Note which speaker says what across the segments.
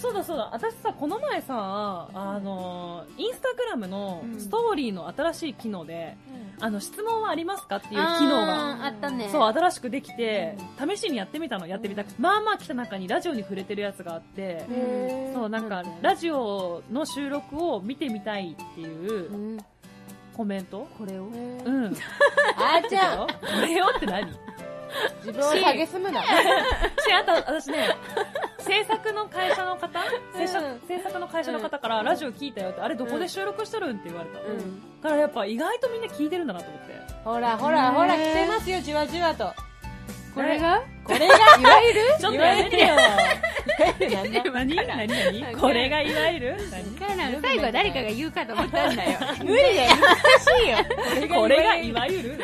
Speaker 1: そうだそうだ私さこの前さあのインスタグラムの
Speaker 2: うん
Speaker 1: ストーリーの新しい機能で、あの質問はありますかっていう機能が
Speaker 2: あーあったね
Speaker 1: そう新しくできて、試しにやってみたのやってみたくて、まあまあ来た中にラジオに触れてるやつがあって、
Speaker 2: へー
Speaker 1: そうなんか
Speaker 2: て
Speaker 1: ラジオの収録を見てみたいっていううんコメント
Speaker 2: これを
Speaker 1: うん
Speaker 2: あーちゃん
Speaker 1: これよって何
Speaker 3: 自分を蔑むな。は
Speaker 1: し、あと、私ね、制作の会社の方、制
Speaker 2: うん
Speaker 1: 作制作の会社の方からラジオ聞いたよって、あれどこで収録してるんって言われた。だ
Speaker 2: うん
Speaker 1: からやっぱ意外とみんな聞いてるんだなと思って。
Speaker 3: ほらほらほら、
Speaker 2: ね
Speaker 3: 来てますよ、じわじわと。
Speaker 2: これが
Speaker 3: これが、いわゆる
Speaker 1: ちょっと
Speaker 3: いわ
Speaker 1: や
Speaker 3: ゆ
Speaker 1: め
Speaker 3: る
Speaker 1: てよ。
Speaker 3: なんだ
Speaker 1: 何何何これがいわゆる何
Speaker 2: から最後は誰かが言うかと思ったん だよ
Speaker 3: 無理だよ、難しいよ。
Speaker 1: これがい
Speaker 3: 今。
Speaker 1: わゆる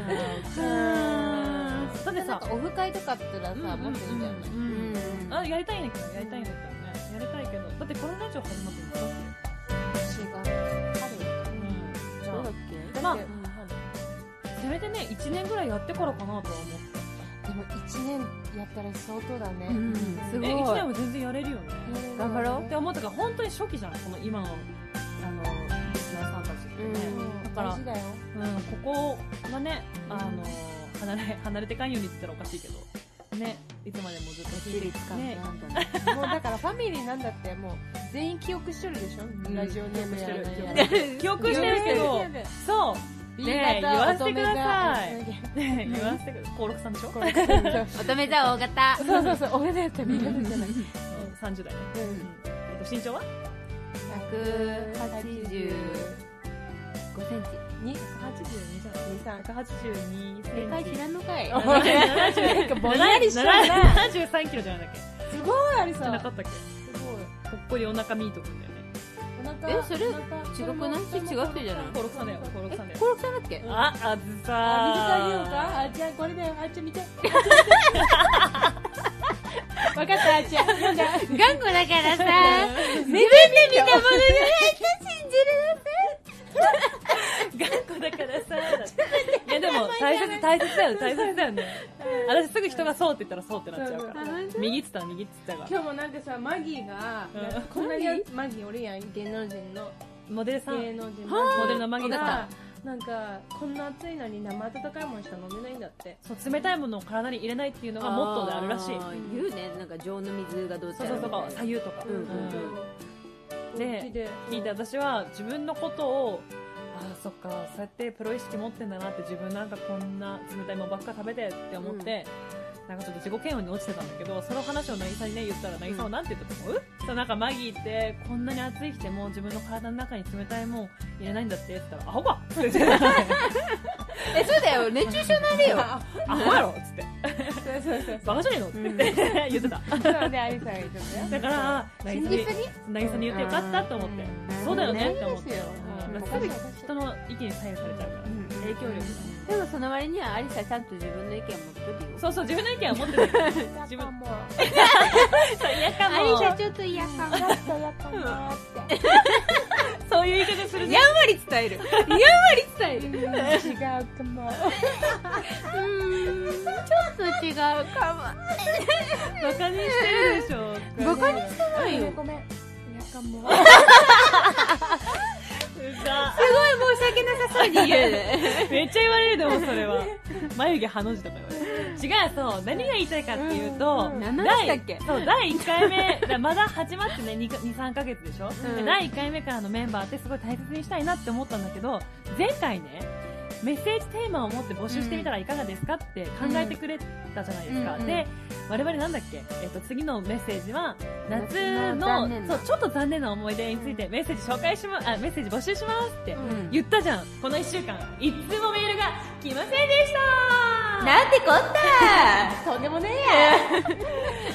Speaker 2: うん
Speaker 1: だって
Speaker 3: なん
Speaker 1: さ
Speaker 3: か、オフ会とかあったらさ、
Speaker 1: うんうんうん
Speaker 3: もっといいんじゃない
Speaker 2: うん
Speaker 1: あやりたいんだけど、やりたいんだけどね。やりたいけど。だってこのラジオ始まってるうん。じゃ
Speaker 3: そうだっけ
Speaker 1: まあ
Speaker 3: だって
Speaker 1: あ、せめてね、1年ぐらいやってからかなとは思って。
Speaker 3: でも1年やったら相当だね。
Speaker 2: うんすごい
Speaker 1: え1年も全然やれるよね
Speaker 2: 頑張ろう
Speaker 1: って思ったから本当に初期じゃんこの今のあのリスナーさんたちってね、
Speaker 3: うん
Speaker 1: だから
Speaker 3: 大事だよ。
Speaker 1: うんここがねあの離れ離れてかんようにって言ったらおかしいけどねいつまでもずっと聞いて
Speaker 2: 掴ん
Speaker 1: ね
Speaker 2: だなんだ
Speaker 3: もうだからファミリーなんだって、もう全員記憶しとるでしょ
Speaker 1: ん
Speaker 3: ラジオネームやらないやら
Speaker 1: 記記憶してるけどそう
Speaker 3: B
Speaker 1: ねえ言わせてください
Speaker 3: 乙女座
Speaker 1: ね言わせてください六さんでしょ
Speaker 3: これそう
Speaker 2: 乙女座大型
Speaker 3: そうそうそう、俺だってみんなじゃない。うん
Speaker 1: うん30代ね、うんえっと身長は182じゃん
Speaker 2: 185センチ
Speaker 3: に二三
Speaker 1: 182セ
Speaker 2: で かい知
Speaker 1: ンチ
Speaker 2: らんのか い
Speaker 3: おいなんかぼんやりしとるな。
Speaker 1: 73キロじゃないんだっけ
Speaker 3: すごい、あり
Speaker 1: じゃ
Speaker 3: さ。
Speaker 1: なん
Speaker 3: す
Speaker 1: かったっけ
Speaker 3: ごい。
Speaker 1: ほっこりお腹ミートくんだよね
Speaker 3: お腹
Speaker 2: えそれ
Speaker 3: お
Speaker 2: 違
Speaker 3: 腹
Speaker 2: くない
Speaker 3: それも
Speaker 2: 違う人じゃない
Speaker 1: コロクさんだよコロク
Speaker 2: え
Speaker 1: さんだよ
Speaker 2: コロクさんだっけ
Speaker 1: あ、あずさー
Speaker 3: あ、水さん言うかあーちゃん、これだよ。あーちゃん 見て。あーちゃん見てわかった、あーちゃん。読んだ。
Speaker 2: 頑固だからさ
Speaker 3: 自分で見たもの
Speaker 1: 頑固だからさいやで も大切大切だよね大切だ よね私すぐ人がそうって言ったらそうってなっちゃうから右っつったら右っつった ら
Speaker 3: 今日もなんかさ、マギーが
Speaker 1: うん、
Speaker 3: こんなにマギーおるやん、芸能人の。
Speaker 1: モデルさん
Speaker 3: 芸能人
Speaker 1: モデルのマギーさ
Speaker 3: が
Speaker 1: ん
Speaker 3: なんかこんな暑いのに生温かいものしか飲めないんだって
Speaker 1: そう冷たいものを体に入れないっていうのがモットーであるらしい
Speaker 2: ー言うねなんか情の水がどう
Speaker 1: そうそうそう左右とか、
Speaker 2: うん
Speaker 1: うん
Speaker 3: でで
Speaker 1: 聞いて私は自分のことをああそっかそうやってプロ意識持ってんだなって自分なんかこんな冷たいもんばっか食べてって思って、なんかちょっと自己嫌悪に落ちてたんだけどその話を渚にね言ったら渚はなんて言ったと思う、そうなんかマギーってこんなに暑い日でも自分の体の中に冷たいもん入れないんだってって言ったらアホかって言って
Speaker 2: えそうだよ熱中症なるよ
Speaker 3: あ
Speaker 1: アホやろっつって
Speaker 3: そうそうそう
Speaker 1: バカじゃねえのって言って言ってた
Speaker 3: そうでアリさんが言ってた
Speaker 1: だからあー
Speaker 2: 信
Speaker 1: 渚
Speaker 2: じ
Speaker 1: に
Speaker 2: すぎ
Speaker 1: 渚に言ってよかったと思って、
Speaker 2: うん
Speaker 1: そうだよね
Speaker 3: ね
Speaker 1: って思って
Speaker 3: ですよ
Speaker 1: うん
Speaker 3: うん
Speaker 1: すぐ人の意見に左右されちゃうから、
Speaker 2: うん
Speaker 1: 影響力が
Speaker 2: でもその割にはアリサちゃんと自分の意見を持っとるよ
Speaker 1: そうそう、自分の意見は持ってない。自
Speaker 3: やっぱ
Speaker 1: 分、
Speaker 3: もう
Speaker 1: 嫌か
Speaker 2: アリサ
Speaker 1: も。
Speaker 2: ちょっと嫌かも
Speaker 3: やったや ったなーって
Speaker 1: そういう言い方するね。
Speaker 2: んわり伝えるやんわり伝える
Speaker 3: うん違うかも
Speaker 2: うーんちょっと違うか
Speaker 1: バカにしてるでしょ。
Speaker 2: もバカにしてないよす
Speaker 3: ごめんやかも
Speaker 1: うざ。
Speaker 2: ごい申し訳なさそうに言う
Speaker 1: めっちゃ言われるでも、それは。眉毛ハの字とか言われる。違う、そう。何が言いたいかっていうと
Speaker 3: う、ん
Speaker 2: 何でしたっけ
Speaker 1: 第そう、第1回目、だまだ始まってね、2、3ヶ月でしょ。
Speaker 2: ん
Speaker 1: で第1回目からのメンバーってすごい大切にしたいなって思ったんだけど、前回ね、メッセージテーマを持って募集してみたらいかがですかって考えてくれたじゃないですか。
Speaker 2: うん
Speaker 1: で、我々なんだっけ、えっと、次のメッセージは、夏
Speaker 2: 夏の
Speaker 1: の
Speaker 2: 残念
Speaker 1: そ
Speaker 2: な
Speaker 1: うちょっと残念な思い出についてメッセージ紹介しまあメッセージ募集しますって
Speaker 2: ん
Speaker 1: 言ったじゃん、この1週間いつもメールが来ませんでした
Speaker 2: なんてこっ
Speaker 3: とんでもね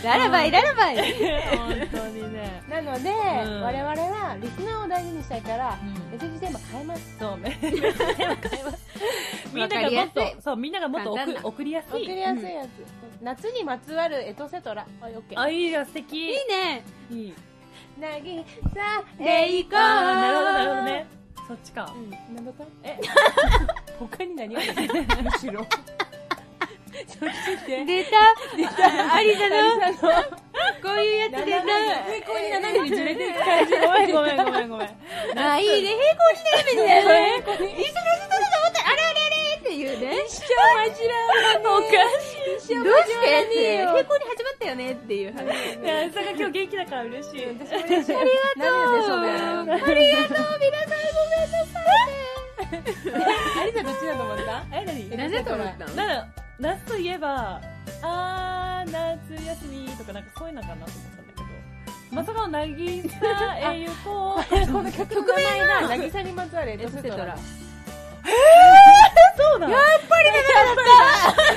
Speaker 2: たララバイララバイ
Speaker 1: 本当にね
Speaker 3: えやなので
Speaker 1: ん
Speaker 3: 我々はリスナーを大事にしたいから
Speaker 1: うん
Speaker 3: メッセージテーマ変えます
Speaker 1: そう メールが変えますみんながもっ
Speaker 2: わかりや
Speaker 1: と
Speaker 2: すい
Speaker 1: そうみんながもっと
Speaker 2: 簡単
Speaker 1: 送
Speaker 2: な
Speaker 1: 送りやす
Speaker 3: 送
Speaker 1: い
Speaker 3: りやすいやつ、夏にまつわるエトセトラはいオッケー
Speaker 1: あいいじゃん素敵
Speaker 2: いいね
Speaker 1: いい
Speaker 3: なぎさ
Speaker 2: で行こ
Speaker 1: あ
Speaker 2: う
Speaker 1: ーなるほどなるほどねそっちか
Speaker 3: うんなんだった
Speaker 1: え
Speaker 3: 他に何があるむ しろそっちで
Speaker 2: 出た出たアリサの
Speaker 3: ありさの
Speaker 2: こういうやつ
Speaker 3: 平行に斜めにずれていくから
Speaker 1: ごめんごめんごめんごめん。
Speaker 2: あ、いいね。平行してるみたいなね。一緒に走ったと思ったら、あれあれあれっていうね。一緒間違うのおかしい。どうして平行に始まったよねっていう話。
Speaker 1: いや、さが今日元気だから嬉しい。
Speaker 3: 私
Speaker 2: あり
Speaker 3: も涙出そ
Speaker 2: がとう
Speaker 3: うだよ。
Speaker 2: 皆さんごめんなさ
Speaker 3: アリサどっちだと思った
Speaker 1: え、何
Speaker 2: い。なぜと思ったの
Speaker 1: なら、夏といえば、あー、夏休みとか、なんかそういうのかなと思ったんだけど、まさかの渚へ行こう。
Speaker 3: この曲の名前が渚にまつわるエトセトラ。
Speaker 1: そうだやっぱりなかった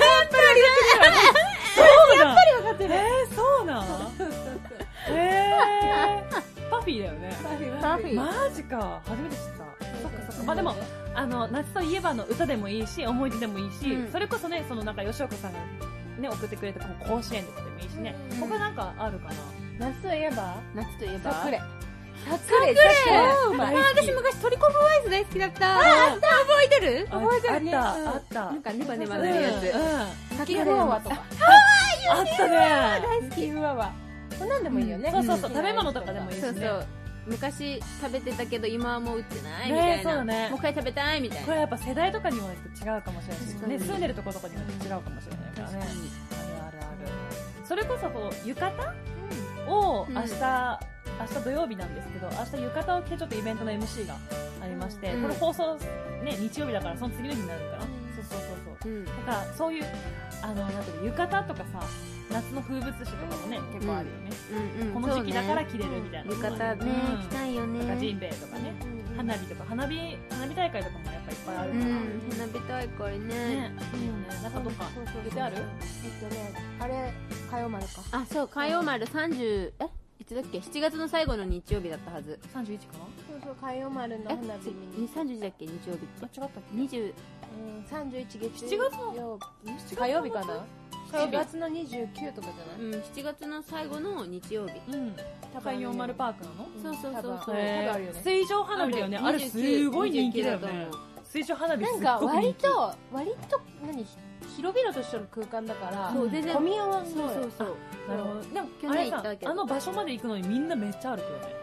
Speaker 1: やっぱりそうだやっぱり分かってるえー、そうなんえー、パフィーだよね。
Speaker 2: パフィー
Speaker 1: マジか初めて知ったそっかそっかまあでもあの夏といえばの歌でもいいし思い出でもいいし、
Speaker 2: うん
Speaker 1: それこそねそのなんか吉岡さんがね送ってくれたこの甲子園とかでもいいしね、
Speaker 2: うん
Speaker 1: 他なんかあるかな
Speaker 3: 夏といえば
Speaker 2: 夏といえば。
Speaker 3: 桜。
Speaker 2: 桜。
Speaker 3: 桜
Speaker 2: あ
Speaker 3: うまい
Speaker 2: 私昔トリコフアイス大好きだった。あ、覚えてる
Speaker 1: あ
Speaker 3: 覚えてるね
Speaker 1: あっ
Speaker 3: うん
Speaker 1: たあった
Speaker 2: なんかネバネバ
Speaker 1: あ
Speaker 2: なやつ。
Speaker 3: かきふわわとか。
Speaker 1: あったね
Speaker 3: 大好き。ふわわ。こんなんでもいいよね。
Speaker 1: そうそうそう食べ物とかでもいいし
Speaker 2: そうそ
Speaker 1: ね
Speaker 2: う昔食べてたけど今はもう売ってないみ
Speaker 1: ね
Speaker 2: たいな、
Speaker 1: そうだね
Speaker 2: もう一回食べたいみたい
Speaker 1: こ
Speaker 2: な
Speaker 1: れやっぱ世代とかにもよって違うかもしれないし
Speaker 2: 確、か
Speaker 1: ね、
Speaker 2: に
Speaker 1: 住んでるところとかにもよって違うかもしれないからねあるあるあるそれこそこう浴衣を
Speaker 2: うん
Speaker 1: 明日、明日土曜日なんですけど、明日浴衣を着てちょっとイベントの MC がありまして、
Speaker 2: うん
Speaker 1: これ放送ね、日曜日だからその次の日になるから、
Speaker 3: うん
Speaker 1: そうそうそうそう。
Speaker 2: うん
Speaker 1: だからそういう、あの、なんていうの浴衣とかさ、夏の風物詩とかもね、結構あるよね。
Speaker 2: うんうん
Speaker 1: この時期だから着れるみたいな。
Speaker 2: 浴衣ね、
Speaker 1: うん
Speaker 2: 着たいよね
Speaker 1: とかジンベエとかね、花火とか、花火、花火大会とかもやっぱいっぱいある
Speaker 2: う
Speaker 1: から。ね
Speaker 2: ん花火大会ね
Speaker 1: 中とか、言ってある
Speaker 3: えっとね、あれ、かよまるか。
Speaker 2: あそう海洋丸30えいつだっけ7月の最後の日曜日だったはず
Speaker 1: ?31 か
Speaker 3: そうそう、海洋丸の
Speaker 2: え
Speaker 3: 花火見に行っ
Speaker 2: 30だっけ日曜日
Speaker 1: なあ、違
Speaker 2: っ
Speaker 1: ったっけ
Speaker 2: て20
Speaker 3: た。うん31月
Speaker 1: 7月の
Speaker 3: 曜日
Speaker 1: 7月の
Speaker 3: 火曜日かな
Speaker 1: 火曜日
Speaker 3: 7月の29とかじゃ
Speaker 2: う
Speaker 3: ない
Speaker 2: ん7月の最後の日曜日
Speaker 1: うん。高い丸パークなの
Speaker 2: そうそうそうそう
Speaker 3: 多分
Speaker 2: へ
Speaker 3: 多分あるよね
Speaker 1: 水上花火だよね。あれすごい人気だよね。水上花火
Speaker 3: な
Speaker 1: す
Speaker 3: ん
Speaker 1: っ
Speaker 3: か
Speaker 1: ごく
Speaker 3: 割
Speaker 1: 人気。
Speaker 3: と割と何広々としてる空間だから
Speaker 2: そう全然
Speaker 3: 混み合わ
Speaker 2: そ
Speaker 3: ん
Speaker 2: う
Speaker 3: のよ
Speaker 2: そうそう
Speaker 1: なるほど。でも
Speaker 2: 去
Speaker 1: あれ
Speaker 2: 年行
Speaker 1: さ
Speaker 2: ったけど
Speaker 1: あの場所まで行くのにみんなめっちゃ歩くよね。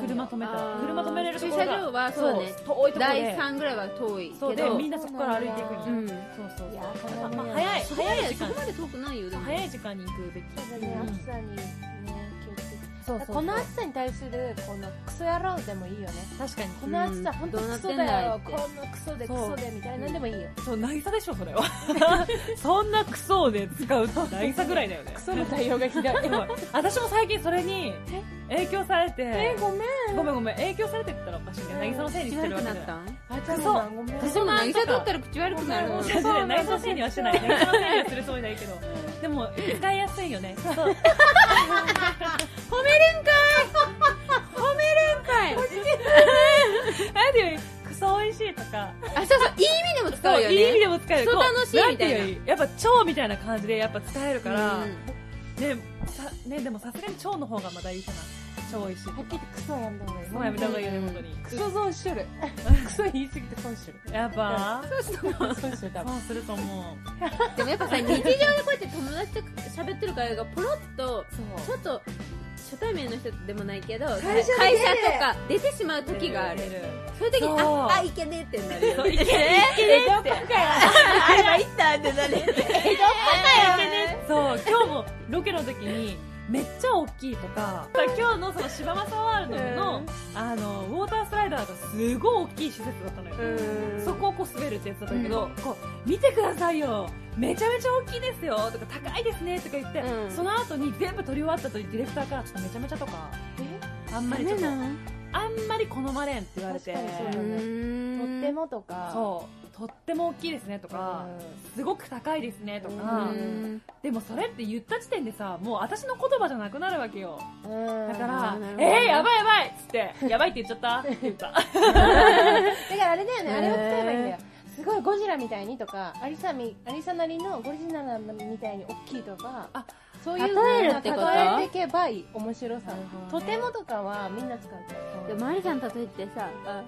Speaker 1: 車止めたら
Speaker 2: あー
Speaker 1: 車止めれるところが
Speaker 2: 駐車場はそうだね
Speaker 1: 遠いところ
Speaker 2: 第
Speaker 1: で
Speaker 2: 3ぐらいは遠いけど
Speaker 1: そうでみんなそこから歩いていく
Speaker 2: う
Speaker 1: よね。
Speaker 2: ん
Speaker 1: そうそう
Speaker 3: い
Speaker 1: そ
Speaker 3: や
Speaker 1: う。
Speaker 3: ー
Speaker 1: やっぱまあ
Speaker 3: 早
Speaker 1: 早い
Speaker 3: い
Speaker 2: そこま
Speaker 1: 早い時
Speaker 2: でそ
Speaker 1: 間
Speaker 2: こまで遠くないよでも
Speaker 1: 早い時間に行くべき。
Speaker 3: ただね
Speaker 1: うん
Speaker 3: 暑さにね気をつけて
Speaker 1: そう
Speaker 3: この暑さに対するこのクソ野郎でもいいよね
Speaker 1: 確かに
Speaker 3: この暑さ
Speaker 2: うん
Speaker 3: 本当クソ
Speaker 2: どう
Speaker 3: だ
Speaker 2: なっ
Speaker 3: よ
Speaker 2: てん
Speaker 3: こ
Speaker 2: だいっ
Speaker 3: んなクソでク
Speaker 1: そう
Speaker 3: ソでみたいなのでもいいよ
Speaker 1: そう渚でしょそれは。 そんなクソで使うって渚ぐらいだよね
Speaker 3: ク。ソの対応がひどい
Speaker 1: すごい私も最近それに影響されて。
Speaker 3: えごめん
Speaker 1: ごめんごめん影響されてったらおかしいね渚のせいにし
Speaker 2: 口
Speaker 1: て
Speaker 2: 悪
Speaker 1: るわ
Speaker 2: く
Speaker 1: け
Speaker 2: な
Speaker 1: じゃ
Speaker 2: っ
Speaker 1: ない
Speaker 2: た
Speaker 3: あちゃん
Speaker 1: そう
Speaker 3: ごめん
Speaker 2: 私も渚取ったら口悪くなる
Speaker 3: ごめんごめん
Speaker 1: 私ね渚のせいにはしてない渚のせいにはするつもりないけどでも使いやすいよねそう
Speaker 2: 褒めるんかい褒めるんかい
Speaker 1: なんていうクソ美味しいとか
Speaker 2: あそうそういい意味でも使
Speaker 1: そうう
Speaker 2: よ
Speaker 1: いい意味
Speaker 2: ね
Speaker 1: でも使える
Speaker 2: クソ
Speaker 1: こう
Speaker 2: 楽しいみたいなん
Speaker 1: てうよりやっぱ蝶みたいな感じでやっぱ使えるから
Speaker 2: うん
Speaker 1: ねさねでもさすがに蝶の方がまだいいかな蝶美味しい
Speaker 3: はっきりクソやんだもん
Speaker 1: もうやめた方がいいよね
Speaker 2: うん
Speaker 1: 本当に
Speaker 3: クソ損しとるクソ言い過ぎて損しと る
Speaker 1: やっぱ
Speaker 3: 損しとる多分
Speaker 1: そうすると思
Speaker 2: でもやっぱさ日常でこうやって友達と喋ってる会話がポロッとちょっと初対面の人でもないけど
Speaker 3: 会社で
Speaker 2: 会社とか出てしまう
Speaker 1: う
Speaker 2: 時がある
Speaker 1: 出る
Speaker 2: そういう時に
Speaker 1: そう
Speaker 2: ああいけねえってなるよ
Speaker 1: そうい
Speaker 2: ね
Speaker 1: け
Speaker 3: えどっか
Speaker 2: あれはいったってなるよね
Speaker 1: そう今日もロケの時にめっちゃ大きいとか今日のその柴又ワールドの,、
Speaker 3: うん
Speaker 1: あのウォータースライダーがすごい大きい施設だったのよ、
Speaker 3: うん
Speaker 1: そこをこう滑るってやつだったけど、こう見てくださいよめちゃめちゃ大きいですよとか高いですねとか言って、
Speaker 2: うん
Speaker 1: その後に全部撮り終わった後にディレクターからちょっとめちゃめちゃとかあんまりちょっとあんまり好まれんって言われて
Speaker 3: 確かにそうだねとってもとか
Speaker 1: そうとっても大きいですねとか、すごく高いですねと
Speaker 2: う
Speaker 1: か、
Speaker 2: ん
Speaker 1: でもそれって言った時点でさもう私の言葉じゃなくなるわけよ
Speaker 3: うん
Speaker 1: だか
Speaker 2: あ
Speaker 1: ら
Speaker 2: ーなる
Speaker 1: 「
Speaker 2: ほどね
Speaker 1: えー、やばいやばい!」っつって「やばいって言っちゃった」って言った
Speaker 2: へ
Speaker 3: だからあれだよね、
Speaker 2: ー
Speaker 3: あれを使えばいいんだよ。すごいゴジラみたいにとか、アリサみ、アリサなりのゴジラみたいに大きいとか、
Speaker 1: あ
Speaker 3: そういう
Speaker 2: 例える
Speaker 3: の
Speaker 2: ってこと
Speaker 3: 例えていけばいい面白さ
Speaker 1: なるほど
Speaker 3: と
Speaker 1: ね
Speaker 3: てもとかはみんな使うから。
Speaker 2: でもマリさん例えてさあ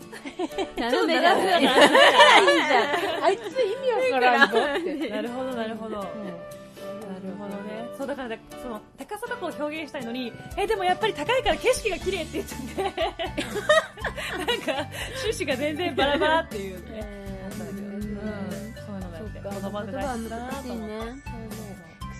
Speaker 2: な
Speaker 1: ちょっと
Speaker 2: んで
Speaker 1: 長くな
Speaker 2: だ
Speaker 1: ってちゃ
Speaker 2: っいいじ
Speaker 3: あいつ意味わからんぞって。
Speaker 1: なるほどなるほどなる
Speaker 3: うん
Speaker 1: ほどねそうだからねその高さとかを表現したいのにえでもやっぱり高いから景色が綺麗って言っちゃ ってなんか趣旨が全然バラバラっていうねあったんだけど、うん、そういうのがあって言葉って
Speaker 2: 言葉
Speaker 1: 大
Speaker 2: は
Speaker 1: 事だな
Speaker 2: 難
Speaker 1: と
Speaker 2: しい
Speaker 1: 思って。
Speaker 2: ね。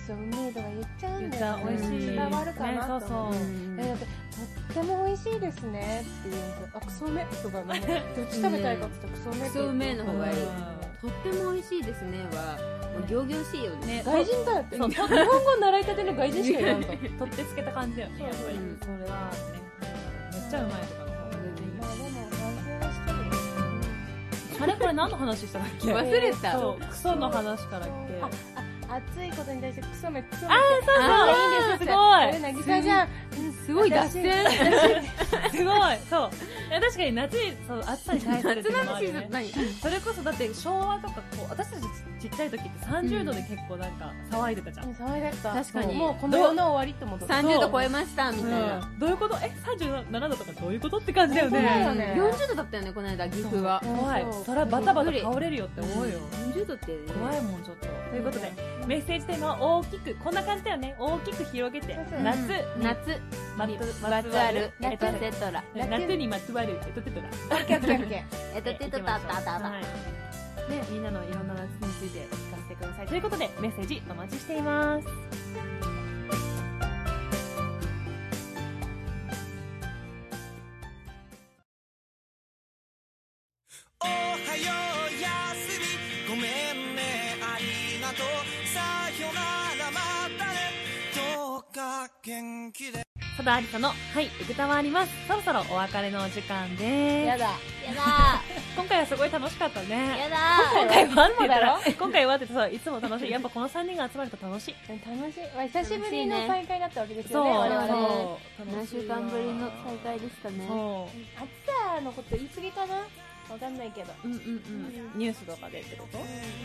Speaker 3: そうねクソうめえとか言っちゃう
Speaker 1: 言
Speaker 3: ん
Speaker 1: っ
Speaker 3: だ
Speaker 1: ちゃ
Speaker 3: よ
Speaker 1: う
Speaker 3: ね
Speaker 1: 美味しい、
Speaker 3: 伝わるか
Speaker 1: ね
Speaker 3: な
Speaker 1: そう
Speaker 3: と
Speaker 1: そう
Speaker 3: 思う、えだってとっても美味しいですねって言うんとあクソうめえとかねどっち食べたいかって言ったらクソうめえって言
Speaker 2: クソうめえの方がいい
Speaker 1: うん
Speaker 2: とっても美味しいですねは、もう行々しいよね。
Speaker 3: 外人だよって
Speaker 1: そう
Speaker 3: 日本語習いたての外人しかいないんだ
Speaker 1: 取ってつけた感じだよねやっぱり、
Speaker 2: うん
Speaker 1: それはねめっちゃうまいとかの方が全然いい
Speaker 3: まあでも反省はしてるよ
Speaker 1: あれこれ何の話したっけ
Speaker 2: 忘れた。
Speaker 1: そうクソの話からっけ
Speaker 3: ああ暑いことに対してクソめクソめ
Speaker 1: あ
Speaker 2: あーいいです
Speaker 3: あれ
Speaker 1: す
Speaker 3: 渚じゃん
Speaker 2: すごい脱線。
Speaker 1: ごいすごいそういや確かに夏にそう暑さに対するって
Speaker 2: 夏
Speaker 1: いうのも
Speaker 2: の
Speaker 1: あ
Speaker 2: シ
Speaker 1: るよ
Speaker 2: ーズ
Speaker 1: ね
Speaker 2: ン何
Speaker 1: それこそだって昭和とかこう私たちちっちゃい時って30度で結構なんか騒いでたじゃん、
Speaker 3: 騒いだった
Speaker 2: 確かに
Speaker 3: もうこの世の終わりって思った
Speaker 2: 30度超えましたみたいな、
Speaker 1: どういうことえ37度とかどういうことって感じだよ
Speaker 3: 本当だ
Speaker 1: ね
Speaker 3: よね
Speaker 2: 40度だったよねこの間岐阜は
Speaker 1: 怖い
Speaker 3: そう
Speaker 1: そりゃバタバタ倒れるよって思うよ、
Speaker 2: 40度ってね
Speaker 1: 怖いもんちょっとということでメッセージテーマは大きくこんな感じだよね大きく広げて
Speaker 3: そうそう
Speaker 1: 夏
Speaker 2: うん夏
Speaker 1: ま
Speaker 2: に
Speaker 1: つ
Speaker 2: バ
Speaker 1: ま
Speaker 2: ツ
Speaker 1: つ
Speaker 2: あ
Speaker 1: わ
Speaker 2: る
Speaker 1: る
Speaker 2: エ
Speaker 1: えっと
Speaker 2: トセトラ
Speaker 1: ね夏にまつわるえっとてとら
Speaker 3: オッケーオッケーオッケ
Speaker 2: エトテトタタタタ
Speaker 1: はいねみんなのいろんな夏について聞かせてくださいということでメッセージお待ちしています
Speaker 4: おはようやすみごめんねありがとうさよならまたねどうか元気で
Speaker 1: 佐田ありさのはい受けたまわりますそろそろお別れのお時間
Speaker 3: ー
Speaker 1: で
Speaker 3: や
Speaker 1: す
Speaker 3: だ
Speaker 2: やだ
Speaker 1: 今回はすごい楽しかったね今
Speaker 2: やだ
Speaker 1: 回はって言ったら
Speaker 3: いつも
Speaker 1: 今回はってそういつも楽しいやっぱこの3人が集まると楽しい
Speaker 3: 楽しいまあ久しぶりの再会だったわけですよね
Speaker 2: そう
Speaker 3: 我々も
Speaker 1: そう
Speaker 2: 何週間ぶりの再会でしたね
Speaker 1: そ
Speaker 3: 暑さのこと言い過ぎかなわかんないけど
Speaker 1: ううんうんうんニュースとかでってこと
Speaker 3: う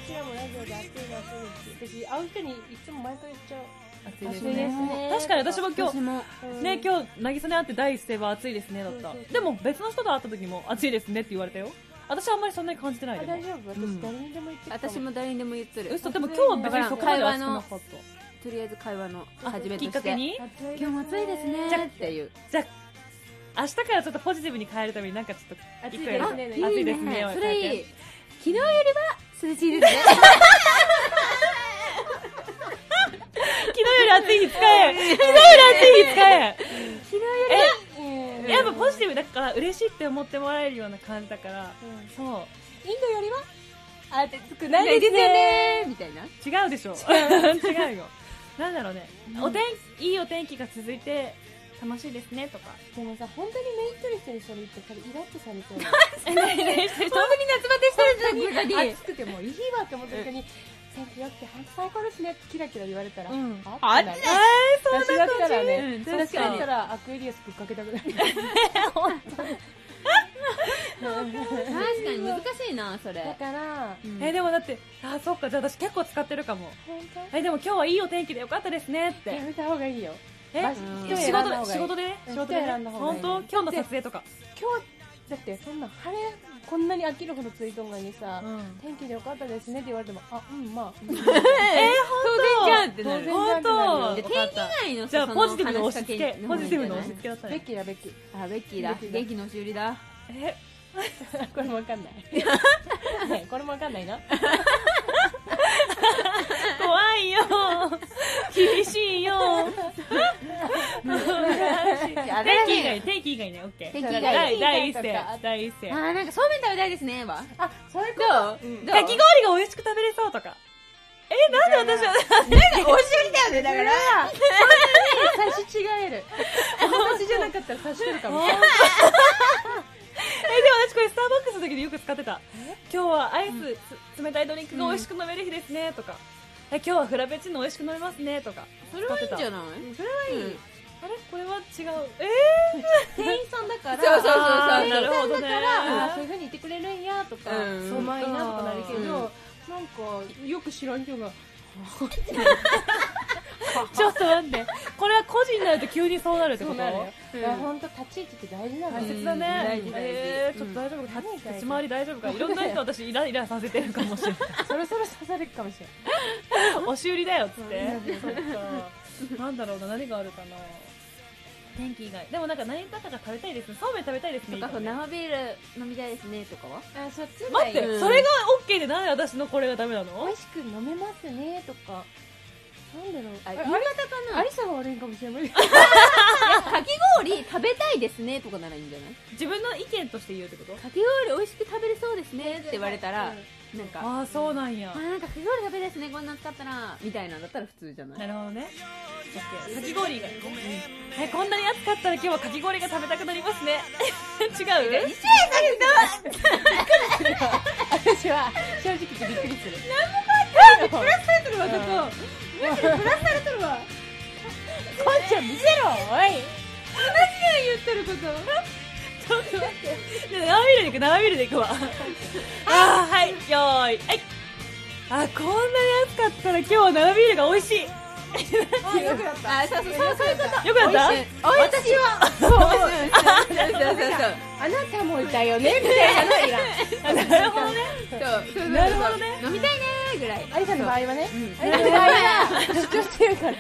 Speaker 3: ちらもラジオで暑いの暑いって私会う人にいつも毎回言っちゃう
Speaker 1: 暑
Speaker 2: いですね
Speaker 1: 確かに私も今
Speaker 2: 私
Speaker 1: 日
Speaker 2: も
Speaker 3: うん
Speaker 1: ね今日渚に会って第一声は暑いですねだっ
Speaker 3: そう
Speaker 1: た
Speaker 3: そうそう
Speaker 1: でも別の人と会った時も暑いですねって言われたよ私はあんまりそんなに感じてない
Speaker 3: あ
Speaker 1: でも
Speaker 3: 大丈夫
Speaker 1: うん
Speaker 3: 私誰にでも言ってるか
Speaker 2: 私も誰にでも言ってる
Speaker 1: 嘘でも今日は別にそこまで暑くなかっ
Speaker 2: とりあえず会話の
Speaker 1: た
Speaker 2: 始めと
Speaker 1: き
Speaker 2: し
Speaker 1: ってかけに
Speaker 3: 暑いですね
Speaker 2: 今日も暑いです
Speaker 1: じゃ
Speaker 2: ねっていう
Speaker 1: じゃあ明日からちょっとポジティブに変えるためになんかちょっと
Speaker 3: 暑い
Speaker 1: 一個
Speaker 3: で
Speaker 1: や
Speaker 3: す
Speaker 1: る
Speaker 3: ね
Speaker 1: あ暑
Speaker 2: い
Speaker 1: い
Speaker 2: い
Speaker 1: ですね
Speaker 2: ね
Speaker 1: を
Speaker 2: それい
Speaker 1: や
Speaker 2: い昨日よりは涼しいですね
Speaker 1: って昨日より暑い日使え 昨日より暑い日使え
Speaker 2: 昨日よ
Speaker 3: うん
Speaker 1: やっぱポジティブだから嬉しいって思ってもらえるような感じだから
Speaker 3: うん
Speaker 1: そ
Speaker 3: インドよりは暑く
Speaker 2: り
Speaker 3: ないで
Speaker 2: よ
Speaker 3: すね
Speaker 2: ねみたいな
Speaker 1: う違うでしょ違うよ なんだろうねお天いいお天気が続いて楽しいですねとか
Speaker 3: でもさ本当にメイントリストにそれ言ってそれイラッとされて
Speaker 1: え何何してる
Speaker 2: 本当に夏バテしてるんだ
Speaker 3: る暑くてもういいわって思った時に「天気良くて最高ですね」ってキラキラ言われたら
Speaker 1: う
Speaker 3: 「
Speaker 1: ん
Speaker 3: あってなる
Speaker 1: えーそう
Speaker 3: 私だったら
Speaker 2: う
Speaker 3: ね
Speaker 2: ん
Speaker 3: それだっ
Speaker 2: 確かに
Speaker 3: たらアクエリアスぶっかけたくなる
Speaker 2: 確かに難しいなそれ
Speaker 3: だから
Speaker 1: えーでもだってあーそっかじゃあ私結構使ってるかも
Speaker 3: 本当
Speaker 1: えーでも今日はいいお天気でよかったですねって
Speaker 3: やめた方がいいよ
Speaker 1: え
Speaker 3: まあ
Speaker 1: うん
Speaker 3: 人
Speaker 1: 仕
Speaker 3: 選んだ
Speaker 1: 事
Speaker 3: 方がい
Speaker 1: で
Speaker 3: い
Speaker 1: 仕事でね
Speaker 3: うん
Speaker 1: 仕事で
Speaker 3: 人選
Speaker 1: ね
Speaker 3: んだ方が
Speaker 1: 本
Speaker 3: いい
Speaker 1: 当今日の撮影とか
Speaker 3: 今日だってそんな晴れこんなに飽きるほどついとんのにさ、
Speaker 1: うん
Speaker 3: 天気でよかったですねって言われてもあうんまあ
Speaker 2: 当然じゃんってなる
Speaker 3: 当然
Speaker 2: 以
Speaker 1: 本当
Speaker 2: で
Speaker 1: よかった
Speaker 2: 外の
Speaker 1: じゃあ
Speaker 2: その
Speaker 1: ポジティブの押し付
Speaker 2: 話しか
Speaker 1: け
Speaker 2: け
Speaker 1: ポジティブの
Speaker 2: 方が
Speaker 1: 押
Speaker 2: いい
Speaker 1: し
Speaker 2: ん
Speaker 1: 付けだった
Speaker 3: ベッ
Speaker 1: ね
Speaker 3: キーだベッキー
Speaker 2: じゃないあベッキーだ
Speaker 3: ベッキーだ
Speaker 2: 元気の押し売りだ
Speaker 1: え
Speaker 3: これもわかんないねえこれもわかんな いな
Speaker 1: 怖いよ厳しいよ
Speaker 2: あ
Speaker 1: 天気以外天気以外ねオッケー
Speaker 2: 天気以外
Speaker 1: 第第一
Speaker 3: 天気
Speaker 1: 声
Speaker 3: 以外とか
Speaker 1: 第一声
Speaker 2: あ
Speaker 1: か
Speaker 2: ーなんかそうめん食べたいですねは
Speaker 3: あそういうこ
Speaker 2: どう
Speaker 3: うん
Speaker 2: どう
Speaker 1: き氷が美味しく食べれそうとか えなんで私は
Speaker 2: おし売りだよねだから
Speaker 3: と差し違える私じゃなかったら差し出るかもしれない
Speaker 1: えでも私これスターバックスの時によく使ってた今日はアイス、つ冷たいドリンクが美味しく飲める日ですねとか、え今日はフラペチーノ美味しく飲めますねとか
Speaker 2: それはいいんじゃ
Speaker 1: い
Speaker 2: ない
Speaker 1: それはいい、
Speaker 2: うん
Speaker 1: あれこれは違うえ
Speaker 3: 店員さんだから
Speaker 2: そうそうそう
Speaker 1: あー
Speaker 2: そう
Speaker 1: なるほどね
Speaker 3: あーそういう風に言ってくれるんやとか、
Speaker 2: うん
Speaker 3: そうまいなとかなるけど、
Speaker 2: うん
Speaker 3: なんかよく知らん人が
Speaker 1: ちょっと待ってこれは個人になると急にそうなるってこ
Speaker 3: そう
Speaker 1: と
Speaker 3: なるよ、
Speaker 2: うん
Speaker 3: だから本当立ち位置って大事なの
Speaker 1: 大
Speaker 3: よ、
Speaker 1: 切だね、
Speaker 2: うん大事大事
Speaker 1: えー、ちょっと大丈夫か、立立ち回り大丈夫かいろんな人私イライラさせてるかもしれない
Speaker 3: そろそろ刺されるかもしれない
Speaker 1: 押し売りだよっつって、
Speaker 3: うん
Speaker 1: そっかなんだろうな、何があるかな。天気以外。でもなんか何だかが食べたいですね。そうめん食べたいですね。
Speaker 2: とか、生ビール飲みたいですね、とかは
Speaker 3: あそっちが
Speaker 1: 待っ
Speaker 3: いい
Speaker 1: て、
Speaker 2: うん
Speaker 1: それが OK でなんで私のこれがダメな
Speaker 3: 美
Speaker 1: の
Speaker 3: 味しく飲めますねとかなんだろう
Speaker 2: あ
Speaker 3: あ
Speaker 2: 言い方か
Speaker 3: れ
Speaker 2: な
Speaker 3: ありさが悪いんかもしれない
Speaker 2: かき氷食べたいですねとかならいいんじゃない
Speaker 1: 自分の意見として言うってこと
Speaker 2: かき氷美味しく食べれそうですねって言われたら、なんか、
Speaker 1: ああ、そうなんや
Speaker 2: あ。なんかかき氷食べれですね、こんなの使ったら、みたいなんだったら普通じゃな
Speaker 1: ないるほどね。オッケーかき氷以外ね。え、こんなに暑かったら今日はかき氷が食べたくなりますね。 違う
Speaker 2: 一円だけど
Speaker 3: 私は正直言ってびっくりする
Speaker 2: わ ざと
Speaker 3: こんちゃん見せろおい
Speaker 1: で生ビールで行く生ビールで行くわあーはいよーいはいあこんなに暑かったら今日は生ビールが美味しいよ
Speaker 3: あよくなった
Speaker 2: あ、そうそう、そうそういうこと
Speaker 1: くなった
Speaker 2: 私は、そう、そうそうそう。
Speaker 3: あなたもいたよねみたいなのいらん
Speaker 1: あなるほどね
Speaker 2: そうそう
Speaker 1: なるほどね
Speaker 2: 飲みたいねーぐらい
Speaker 3: ありさの場合はね
Speaker 2: ん
Speaker 3: ありさの場合は主張してるから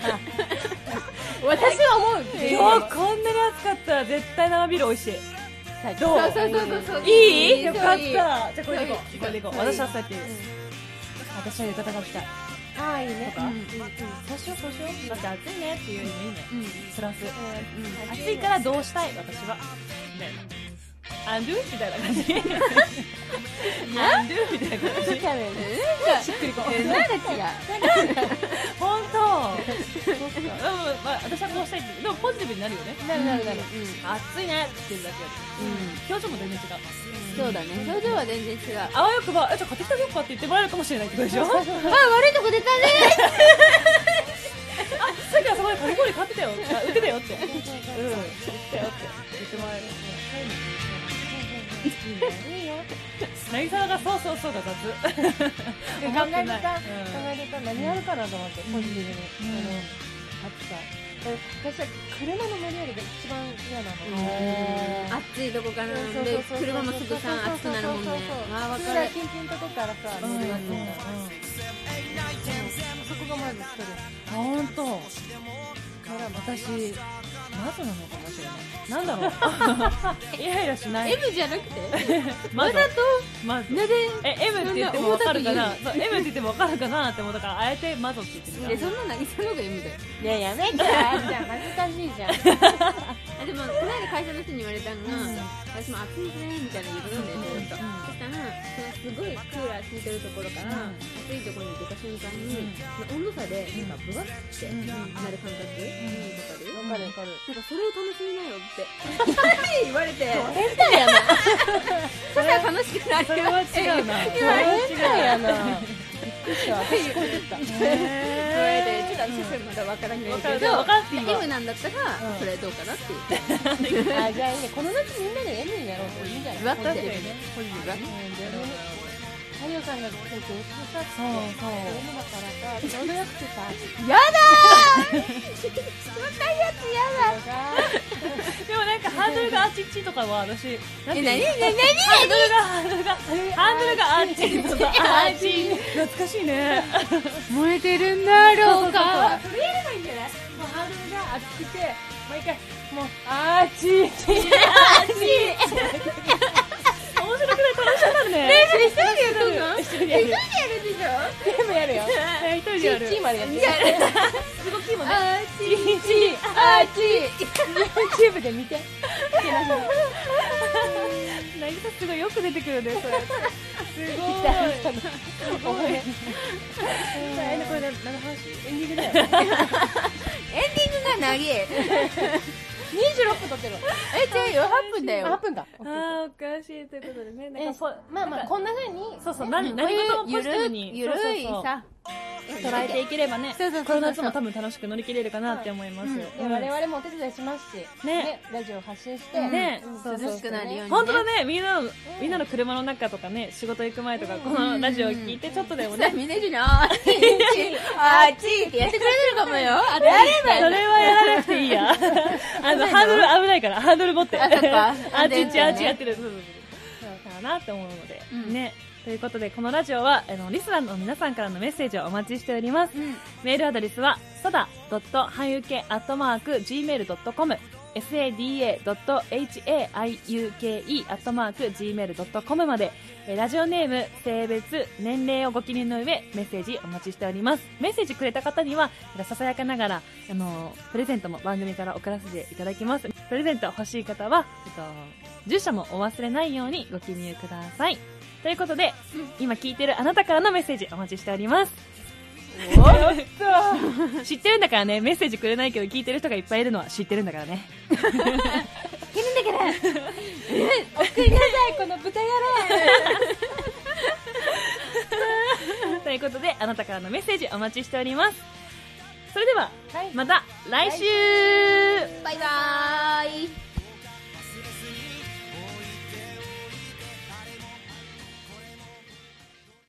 Speaker 3: 私は思う
Speaker 1: 今日こんなに暑かったら絶対生ビール美味しい
Speaker 3: はい
Speaker 1: どう
Speaker 2: そうそうそうそう
Speaker 1: いい
Speaker 2: そ
Speaker 1: よ
Speaker 2: う
Speaker 1: かったじゃあこれでいこうこれでいこう
Speaker 3: そういい
Speaker 1: 私はそうやって言う私は浴衣が着たい
Speaker 3: ああいいね
Speaker 1: とか
Speaker 2: うんうん
Speaker 1: そうしようそうしようだって暑いねっていうよりもいいね
Speaker 2: うん
Speaker 1: プラス
Speaker 2: うん
Speaker 1: 暑いからどうしたい私はみたいなアンドゥみたいな感じ アンドゥみたいな感じ
Speaker 3: キャメル
Speaker 2: なんかしっくりこなんか違う
Speaker 1: 本当。うん、まあ、私はこうしたいって、でもポジティブになるよね。
Speaker 3: なるなるなる
Speaker 1: 暑いねって言うだけより。表情も全然違う。
Speaker 2: うんそうだね表情は全然違う
Speaker 1: あわよくば、え、ちょっと買ってきたよかって言ってもらえるかもしれないってことでしょ。
Speaker 3: そうそ
Speaker 2: あ、
Speaker 3: う
Speaker 2: 悪いとこ出たね
Speaker 1: さっきはそこでかき氷買ってたよ、あ売ってたよって。うん、売ってたよって言ってもらえる。
Speaker 3: いいよ
Speaker 1: なぎさがそうそうそうが雑。
Speaker 3: 考えた、考
Speaker 1: うん
Speaker 3: えた何やるかなと思って、ポジティブに、
Speaker 1: うん
Speaker 3: あの暑さ私は車のマニュアルが一番嫌なの、
Speaker 1: あ
Speaker 2: 暑いとこからなんで
Speaker 3: そうそうそうそう
Speaker 2: 車もすぐさ暑くなるもんね
Speaker 3: そうそうそ
Speaker 2: あ
Speaker 3: う
Speaker 2: ーわ
Speaker 3: 普
Speaker 2: か
Speaker 3: 通は
Speaker 2: る
Speaker 3: キンキンとこからさ
Speaker 1: うん
Speaker 3: 乗ります
Speaker 1: うん
Speaker 3: ねそこがまずストレ
Speaker 1: あ、本当。
Speaker 3: スからま
Speaker 1: 私。まずなのかもしれない。なんだろう。イライラしない。
Speaker 2: M じゃなくて
Speaker 1: まず
Speaker 2: わざ
Speaker 1: まず
Speaker 2: と。なで
Speaker 1: え、M って言っても分かるかな
Speaker 2: そ
Speaker 1: そう M って言っても分かるかなって思ったから、あえてマゾって言ってみた。
Speaker 2: えそんな渚の方が M だよ
Speaker 3: いややめてじゃん恥ずかしいじゃん
Speaker 2: あでもこの間会社の人に言われたのが、
Speaker 1: うん
Speaker 2: 私も暑いねみたいな言うのねずっと、
Speaker 1: うん
Speaker 2: そしたらそのすごいクーラー効いてるところから、
Speaker 1: うん
Speaker 2: 暑いところに出た瞬間
Speaker 1: う
Speaker 2: に、
Speaker 1: ん
Speaker 2: まあ温度差でなんかブワッて
Speaker 1: うん
Speaker 2: なる感覚わ、かる
Speaker 3: わかるわかる
Speaker 2: なんかそれを楽しみなよって言われて
Speaker 3: 変態やな
Speaker 2: そしたら楽しくない
Speaker 1: それは違うな。それ
Speaker 3: 今
Speaker 1: は
Speaker 3: 変態や
Speaker 1: 違う
Speaker 3: なびっくりした私こう言ってた
Speaker 2: 言われて
Speaker 1: へ
Speaker 2: ちょっと私それまだわからないけど
Speaker 1: わかるわかっていいわ
Speaker 2: M なんだったら、
Speaker 1: うん
Speaker 2: それどうかなっていう
Speaker 3: あじゃあいいねこの夏みんなで M になろうっていいんじゃない
Speaker 2: わか
Speaker 1: ー。
Speaker 2: る
Speaker 1: 確かにね。
Speaker 3: うんでも太陽さんが来ててさっ
Speaker 1: そう
Speaker 3: そう
Speaker 1: そ
Speaker 3: だからさちょうどよくてさ
Speaker 2: やだー冷たいやつやだ
Speaker 1: う。でもなんかハードルがあっちっちとかは私、なんて
Speaker 2: え
Speaker 1: いうの
Speaker 2: 何何
Speaker 1: ハードルが、ハードルが、ハードルがあっちっちとか、あっち。懐かしいね。
Speaker 2: 燃えてるんだろう
Speaker 3: あ
Speaker 2: か
Speaker 3: それやればいいんじゃないもうハードルが熱くて毎回もうあーちーちー
Speaker 1: 面白くない楽しくなるね。
Speaker 2: それ一人でやるの一人でやるでしょ
Speaker 3: 全部や るよ
Speaker 1: え一人
Speaker 3: チ
Speaker 1: でやる
Speaker 3: ー。チーまでやって
Speaker 2: やる
Speaker 3: あーちーちーあーちー YouTube で見 て
Speaker 1: なぎさすごいよく出てくるね、それ。すご
Speaker 3: お
Speaker 1: い。
Speaker 3: 褒めえこれ何の話エンディングだよ
Speaker 2: エンディングが長え
Speaker 3: 26分撮ってる
Speaker 2: え、違うよ、8分だ
Speaker 3: あ8
Speaker 2: よ
Speaker 3: 分か
Speaker 1: あー、おかしいということでね。
Speaker 3: え
Speaker 1: なんか
Speaker 3: ーまあまあこんな風に
Speaker 1: そうそう、何、何事もポ
Speaker 2: ゆ
Speaker 1: ジティブ
Speaker 2: る
Speaker 1: に。
Speaker 2: ゆるい
Speaker 1: そうそうそう
Speaker 2: さ
Speaker 1: 捉えていければね、
Speaker 2: そうそうそうそ
Speaker 1: こ
Speaker 2: う
Speaker 1: の夏も多分楽しく乗り切れるかなって思いますよ。
Speaker 3: で
Speaker 1: うん
Speaker 3: 我々もお手伝いしますし
Speaker 1: ね
Speaker 3: ラジオ発信して
Speaker 1: ね
Speaker 3: うん
Speaker 1: そうそう
Speaker 2: 涼しくなるように
Speaker 1: 本当だね、みんなの、みんなの車の中とかね、仕事行く前とか、このラジオ聞いて、ちょっとでも
Speaker 2: さあ
Speaker 1: ね、
Speaker 2: みんな一緒にあーちあーちってやってくれてるかもよあや
Speaker 1: それはやらなくていい や。あの、ハードル危ないから、ハードル持って。
Speaker 2: あそっか
Speaker 1: あっちっちあっち
Speaker 2: ね
Speaker 1: やってる。そうそうそう。かなって思うので
Speaker 2: うん。
Speaker 1: ね。ということで、このラジオは、あの、リスナーの皆さんからのメッセージをお待ちしております。メールアドレスは、さだ半ゆけ @gmail.com sada.haiuke.gmail.com まで、えーラジオネーム、性別、年齢をご記入の上、メッセージお待ちしております。メッセージくれた方には、えーささやかながら、あのープレゼントも番組から送らせていただきます。プレゼント欲しい方は、えっと、住所もお忘れないようにご記入ください。ということで、今聞いてるあなたからのメッセージお待ちしております。知ってるんだからね、メッセージくれないけど聞いてる人がいっぱいいるのは知ってるんだからね。
Speaker 2: るんだから
Speaker 3: 送りなさい、この豚 野
Speaker 1: ということであなたからのメッセージお待ちしておりますそれでは
Speaker 3: 郎。はい
Speaker 1: また来週
Speaker 2: バイバーイ